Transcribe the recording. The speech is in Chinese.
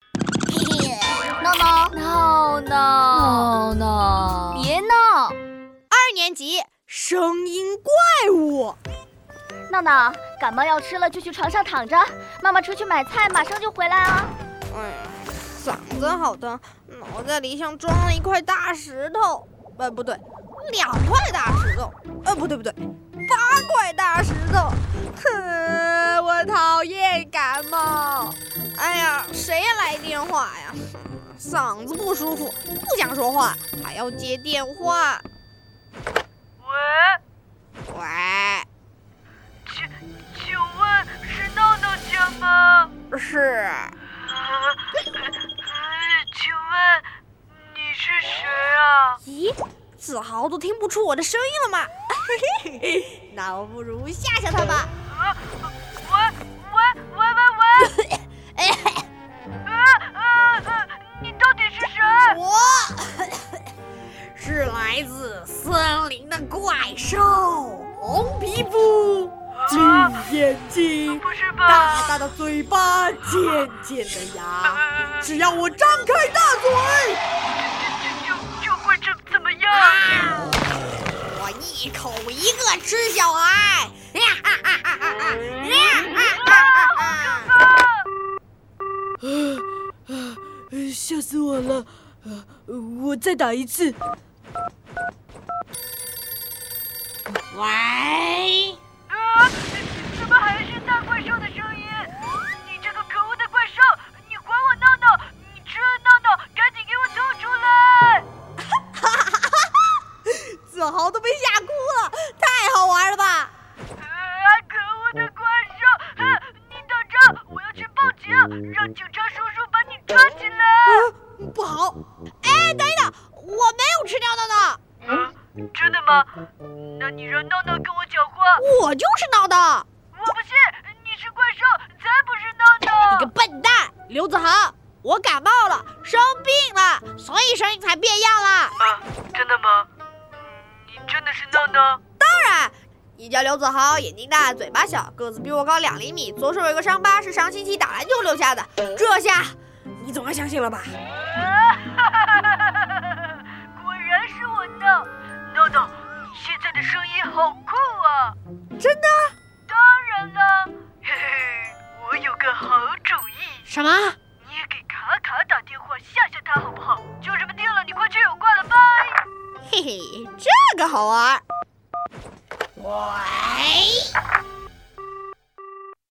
年级声音怪物。闹闹，感冒药吃了就去床上躺着，妈妈出去买菜，马上就回来啊。哎呀，嗓子好疼，脑袋里像装了一块大石头。呃，不对，两块大石头。呃，不对不对，八块大石头。哼，我讨厌感冒。哎呀，谁来电话呀？嗓子不舒服，不想说话，还要接电话。喂，喂，请请问是闹闹家吗？是啊呃请问你是谁啊？咦，子豪都听不出我的声音了吗？那我不如吓吓他吧。啊，喂喂喂喂喂！啊啊啊！你到底是谁？我是来自森林的怪兽，红皮肤，啊金眼睛，不是大吧？大的嘴巴，尖尖的牙。呃，只要我张开大嘴，就就就会怎怎么样？啊！我一口一个吃小孩。呀哈哈哈哈哈！呀哈哈哈哈！呃吓死我了！呃，我再打一次。喂，啊！怎么还是大怪兽的声音？你这个可恶的怪兽！你还我闹闹！你吃了闹闹，赶紧给我吐出来！子豪都被吓哭了，太好玩了吧！啊！可恶的怪兽！啊！你等着，我要去报警，让警察叔叔把你抓起来！不好，哎，等一等，我没有吃掉闹闹，嗯，真的吗？那你让闹闹跟我讲话，我就是闹闹，我不信！你是怪兽，才不是闹你个闹！笨蛋，刘子豪，我感冒了，生病了，所以声音才变样了。啊，真的吗？你真的是闹闹？ 当然，你叫刘子豪，眼睛大，嘴巴小，个子比我高两厘米，左手有个伤疤，是上星期打篮球留下的。这下你总该相信了吧？啊哈哈哈哈哈！果然是我闹闹闹，你现在的声音好酷啊！真的？当然啦，嘿嘿，我有个好主意，什么？你也给卡卡打电话吓吓他好不好？就这么定了，你快去，我挂了，拜。嘿嘿，这个好玩。喂，